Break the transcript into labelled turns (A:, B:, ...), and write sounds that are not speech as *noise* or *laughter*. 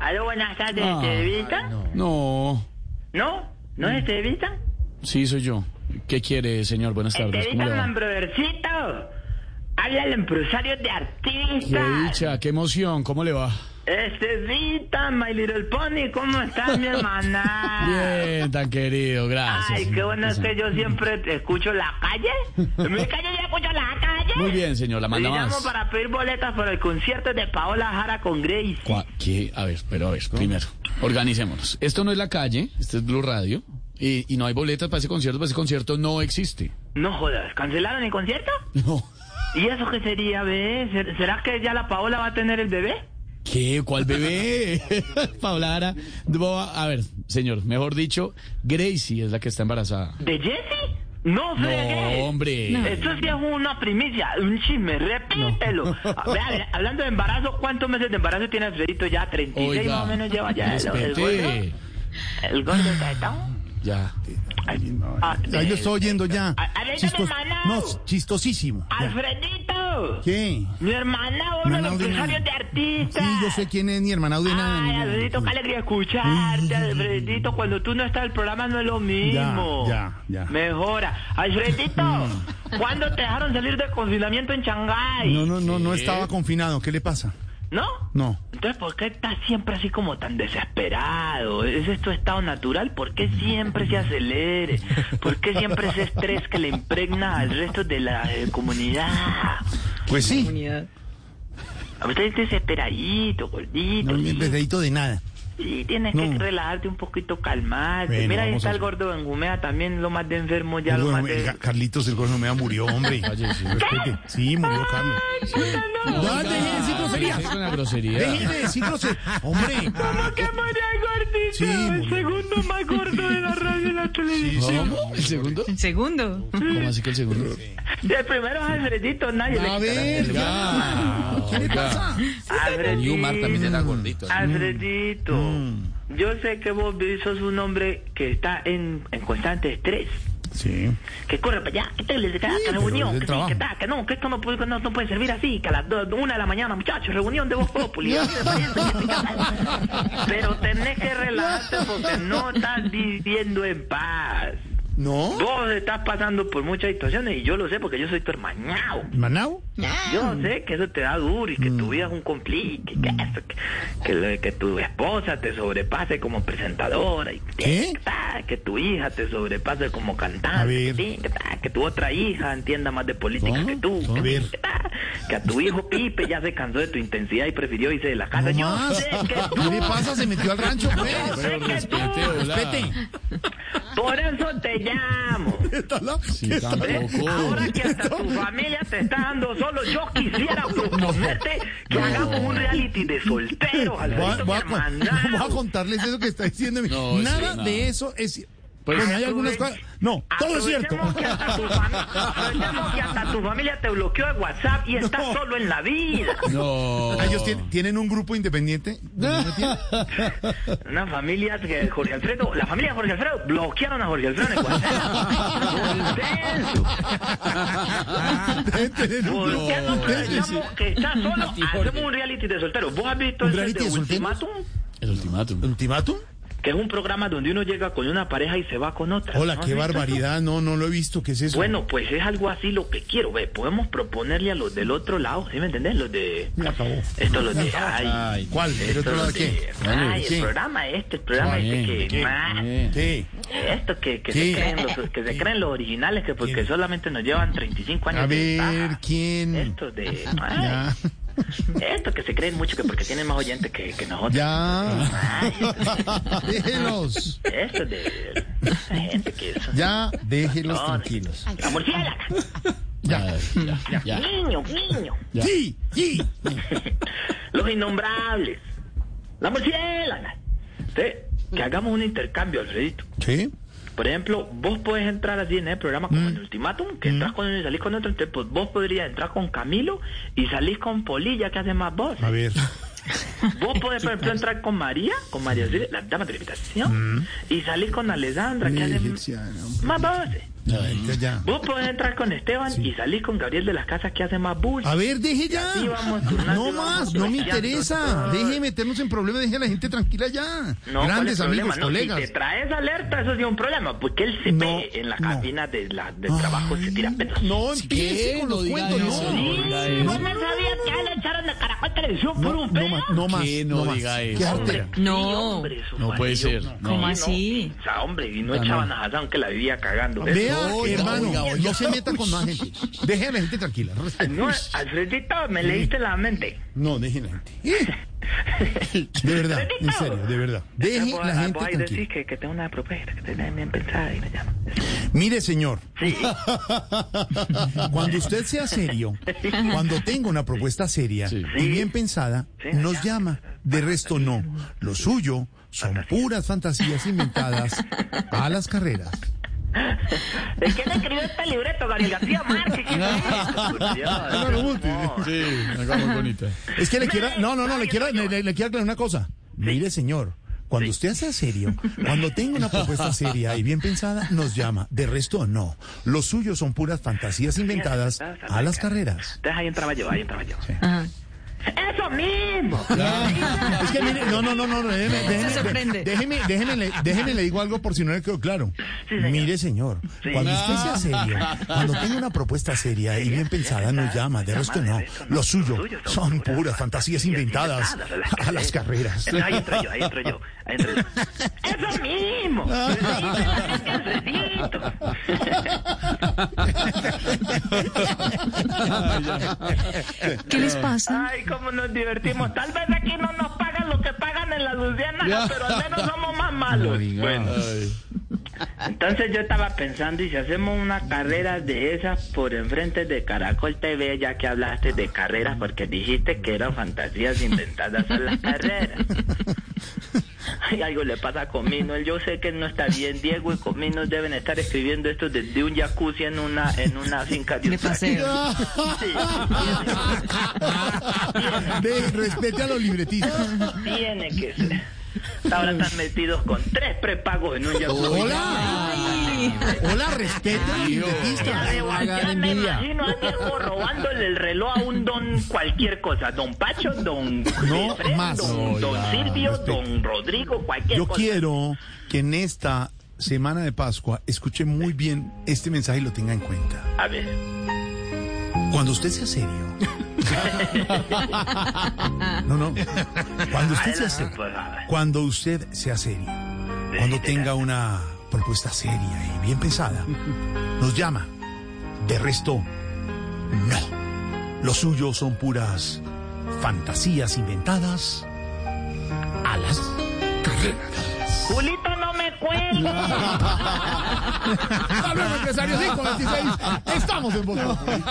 A: Aló, buenas tardes,
B: Ah,
A: Estevita.
C: no.
B: No,
A: ¿No? ¿No es este Estevita?
B: sí, soy yo. ¿Qué quiere, señor? Buenas tardes. ¿Cómo
A: Estevita
B: le va?
A: Mambrovercito. Habla el empresario de
B: Qué
A: artistas.
B: dicha, qué emoción. ¿Cómo le va?
A: Estevita, My Little Pony, ¿cómo
B: *laughs*
A: estás, mi hermana?
B: Bien, tan querido, gracias.
A: Ay, qué
B: señor
A: bueno es que
B: presidente.
A: yo siempre te escucho la calle. En mi calle yo escucho la calle.
B: Muy bien, señor, la manda
A: Le llamo
B: más.
A: para pedir boletas para el concierto de Paola Jara con Grace.
B: Cua- ¿Qué? A ver, pero a ver, primero, organicémonos. Esto no es la calle, este es Blue Radio, y, y no hay boletas para ese concierto, para ese concierto no existe.
A: No jodas, ¿cancelaron el concierto?
B: No.
A: ¿Y eso qué sería, ve? ¿Ser- ¿Será que ya la Paola va a tener el bebé?
B: ¿Qué? ¿Cuál bebé? *laughs* Paola Ara. A ver, señor, mejor dicho, Gracie es la que está embarazada.
A: ¿De Jesse? No,
B: No,
A: fregues.
B: hombre.
A: Esto sí es una primicia, un chisme, repítelo. A ver, a ver, hablando de embarazo, ¿cuántos meses de embarazo tiene Alfredito ya? 36 más o menos lleva ya. El, el gordo,
B: respete.
A: el gordo Caetano.
B: Ya.
A: Ah,
C: Ya, yo estoy oyendo ya.
A: A- a ver, dame mano.
C: no, chistosísimo. Ya.
A: Alfredito.
C: ¿Qué?
A: Mi hermana, uno de
C: Hermana
A: los
C: Audina.
A: empresarios de artistas.
C: Sí, yo sé quién es mi hermana Audena.
A: Ay, Alfredito, qué alegría escucharte, Alfredito. Cuando tú no estás, el programa no es lo mismo.
C: Ya, ya, ya.
A: Mejora. Alfredito, ¿cuándo te dejaron salir de confinamiento en Shanghái?
C: No, no, no, no estaba confinado. ¿Qué le pasa?
A: ¿No?
C: No.
A: Entonces, ¿por qué estás siempre así como tan desesperado? ¿Ese es tu estado natural? ¿Por qué siempre se acelere? ¿Por qué siempre ese estrés que le impregna al resto de la eh, comunidad?
C: Pues sí.
A: A usted es desesperadito, gordito.
C: No me dedito de nada.
A: Sí, tienes que
C: No.
A: relajarte un poquito, calmarte.
C: Bueno,
A: Mira, ahí
C: vamos
A: está
C: a-
A: el gordo Benjumea también, lo más de enfermo ya,
C: El
A: lo más
C: gordo- el
A: de...
C: Ca- Carlitos, el gordo mea murió, hombre.
B: Falleció.
C: Respete. Sí, murió Carlos. No, deje de decir
B: Deje
C: groserías.
B: con la grosería.
C: Deje de decir groserías. Hombre.
A: ¿Cómo que murió el gordito?
C: Sí,
A: el
C: murió.
A: segundo más gordo de la radio y la televisión.
B: ¿Cómo? ¿El segundo? Mm.
D: El segundo.
B: ¿Cómo así que el segundo?
A: El primero es Alfredito, nadie le
C: A ver, ya. ¿Qué le pasa?
A: Alfredito.
E: Yumar también
B: Mm.
E: era gordito.
A: Alfredito, yo sé que vos sos un hombre que está en, en constante estrés.
C: Sí.
A: Que corre para allá, que te le que la
C: pero
A: reunión,
C: es
A: que,
C: el
A: sí,
C: trabajo.
A: que ta, que no, que esto no puede, que no, no puede servir así, que a las do- una de la mañana, muchachos, reunión de Voz Populi. a mí me parece que te cagas. Pero tenés que relajarte porque no estás viviendo en paz.
C: ¿No?
A: Vos estás pasando por muchas situaciones y yo lo sé porque yo soy tu hermanao.
C: ¿Manao? Ah.
A: Yo sé que eso te da duro y que
C: Mm.
A: tu vida es un complique, que, eso, que, que lo- que tu esposa te sobrepase como presentadora, y
C: ¿Qué?
A: que, ta, que tu hija te sobrepase como
C: A
A: cantante,
C: ver.
A: que, ta, que tu otra hija entienda más de política
C: ¿Cómo?
A: que tú,
C: ¿Cómo? A ver.
A: que, ta, que a tu hijo Pipe ya se cansó de tu intensidad y prefirió irse de la casa.
C: No
A: Yo
C: más.
A: sé que
C: ¿Qué
A: tú,
C: le pasa? Se metió al rancho, pues.
A: yo sé que tú,
C: Respete.
A: por eso te llamo.
C: Está la-
B: Sí,
C: ¿Qué está-
A: ¿Ves?
B: tampoco.
A: Ahora que hasta tu familia te está dando solo, yo quisiera proponerte que hagamos un reality de solteros,
C: Voy a,
A: Alfredito,
C: voy a
A: mi
C: con-
A: hermana.
C: *laughs* voy a contarles eso que está diciendo.
B: No, eso
C: nada
B: no.
C: de eso es. ci-
B: Pues-
C: bueno, hay algunas cosas. No, todo es cierto.
A: Aprovechemos que hasta tu fami- aprovechemos que hasta tu familia te bloqueó de WhatsApp y estás
C: No.
A: solo en la vida.
B: No.
C: Ah, *laughs* ¿Ellos tienen, tienen un
A: *laughs*
C: grupo independiente?
A: Una familia que Jorge Alfredo, la familia de Jorge Alfredo bloquearon a Jorge Alfredo en WhatsApp. Intenso.
C: Deben tener un
A: ¿Por
C: grupo.
A: qué no
C: Deben-
A: aprovechamos que estás solo? Hacemos un reality de solteros. ¿Vos has visto
C: ¿Un
A: ese
C: reality
A: de
C: de solteros?
A: Ultimátum?
B: El ultimátum.
C: ¿Ultimátum?
A: que es un programa donde uno llega con una pareja y se va con otra.
C: Hola,
A: ¿No has
C: qué
A: visto eso?
C: barbaridad. No, no lo he visto. ¿Qué es eso?
A: Bueno, pues es algo así lo que quiero, ve. Podemos proponerle a los del otro lado, ¿sí me entendés? Los de...
C: Me acabó.
A: Esto los de... Ay,
C: *laughs* Ay, ¿Cuál? ¿El otro lado de qué?
A: Ay, el
C: Sí.
A: programa este, el programa este que... ma,
C: ¿Qué?
A: Esto que, que se
C: ¿Qué?
A: creen los, que se creen los originales, que porque
C: ¿Quién?
A: solamente nos llevan 35 años
C: A
A: de ventaja.
C: ver, ¿quién?
A: Estos de...
C: Ya.
A: Estos que se creen mucho que porque tienen más oyentes que, que nosotros.
C: Ya.
A: Ay,
C: *laughs* Déjelos.
A: estos
C: *laughs*
A: de... esa gente que son-
C: Ya, déjelos
A: No,
C: tranquilos.
A: La murciélaga.
B: Ya, ya, ya.
A: Niño, niño.
B: Ya.
C: Sí, sí.
A: Los innombrables. La murciélaga. Usted, que hagamos un intercambio, Alfredito.
C: ¿Sí?
A: Por ejemplo, vos podés entrar así en el programa como en Ultimátum, que entras con uno y salís con otro. Entonces, pues, vos podrías entrar con Camilo y salís con Polilla, que hace más voz.
C: A ver.
A: Vos podés, por ejemplo, entrar con María, con María Auxilio, la dama de la invitación, y salir con Alessandra, que hace
C: Egipciana, hombre.
A: más babones.
C: Ya, ya.
A: Vos podés entrar con Esteban y salir con Gabriel de las Casas, que hace más
C: A
A: bulla.
C: ver, deje ya.
A: así vamos turnando,
C: No
A: vamos
C: más, no me
A: flasheando
C: interesa.
A: todo.
C: Deje de meternos en problemas, deje a la gente tranquila ya.
A: No, ¿cuál es
C: Grandes
A: el problema?
C: amigos,
A: No,
C: colegas.
A: Si te traes alerta, eso sí es un problema, porque él se
C: No,
A: ve en la
C: no.
A: cabina de la, del trabajo, se tira pedos.
C: No
B: ¿Qué?
C: empiece con los
B: No diga
C: cuentos,
B: eso,
C: no.
B: no diga eso.
A: ¿Vos no sabías que ¿eh? a él le echaron de Caracol Televisión por
C: No,
A: un
C: no
A: pedo?
C: más, no más.
B: ¿Qué? No
C: más.
B: diga
C: Qué
B: eso.
C: artera.
D: No.
A: eso
B: No puede
A: valió.
B: ser, no.
D: ¿Cómo así?
A: O sea, hombre, y no echaban a Hassan que la vivía cagando.
C: Vea,
B: Oiga,
C: hermano,
B: oiga, oiga.
C: no se meta con más gente. Deje a la gente tranquila. respete.
A: No, Alfredito, me leíste la mente.
C: No, deje la gente.
A: ¿Eh?
C: *laughs* De verdad, en serio, de verdad. Deje
A: Vos-
C: la gente
A: vos ahí decís
C: tranquila.
A: que, que tengo una propuesta que tenés bien pensada y me llama.
C: Mire, señor,
A: Sí,
C: *laughs* cuando usted sea serio, cuando tenga una propuesta seria
B: Sí.
C: y bien pensada,
A: Sí.
C: nos llama. De resto, no. Lo suyo son puras
A: *laughs*
C: fantasías inventadas a las carreras.
A: ¿de quién escribió este libreto? Gabriel García Márquez. ¿Qué es esto? Por Dios,
B: Ah,
C: No lo guste.
A: no.
B: Sí, una cosa muy *laughs* bonita.
C: Es que le quiero, no, no, no, le quiero, le, le- le quiero aclarar una cosa. Mire, señor, cuando usted sea serio, cuando tenga una propuesta seria y bien pensada, nos llama. De resto, no. Los suyos son puras fantasías inventadas a las carreras.
A: Entonces ahí entraba yo, ahí entraba yo.
D: Ajá.
A: ¡Eso mismo!
C: Es que mire, no, no, no, no, déjeme, déjeme,
D: Se sorprende.
C: déjeme, déjeme, le- déjeme le digo algo por si no le quedó claro. Mire, señor, cuando usted sea serio, cuando tenga una propuesta seria y bien pensada, nos llama. De resto, no. Los suyos son puras fantasías inventadas a las carreras.
A: Entonces ahí entro yo, ahí entro yo, ahí entro yo. ¡Eso mismo!
B: *laughs*
D: ¿Qué les pasa?
A: Ay, cómo nos divertimos. Tal vez aquí no nos pagan lo que pagan en la Luciana, pero al menos somos más malos. Bueno,
B: Ay.
A: entonces yo estaba pensando, y si hacemos una carrera de esas por enfrente de Caracol TV, ya que hablaste de carreras, porque dijiste que eran fantasías inventadas a las carreras. Ay, algo le pasa a Comino. Yo sé que no está bien. Diego y Comino deben estar escribiendo esto desde un jacuzzi en una, en una finca de
D: De paseo.
A: Sí.
C: *laughs* Ve, respete a los libretistas.
A: Tiene que ser. Hasta Ahora están metidos con tres prepagos en un jacuzzi.
C: Hola.
B: 哎
C: Hola, respete a
A: Ya
C: los libretistas.
A: me, ya me imagino a Diego robándole el reloj a un don cualquier cosa. Don Pacho, don Wilfred,
C: más.
A: don, don
B: Oiga,
A: Silvio,
C: respeto.
A: don Rodrigo, cualquier
C: Yo
A: cosa.
C: quiero que en esta semana de Pascua escuche muy bien este mensaje y lo tenga en cuenta.
A: A ver.
C: Cuando usted
A: *laughs*
C: sea serio. No, no. Cuando usted sea
A: Adelante,
C: serio.
A: pues, a ver.
C: Cuando usted sea serio. Cuando tenga una propuesta seria y bien pensada. Nos llama. De resto, no. Los suyos son puras fantasías inventadas a las carreras.
A: Julito, no me cuelgues.
C: Hasta luego, empresarios. 526. Estamos en Bogotá.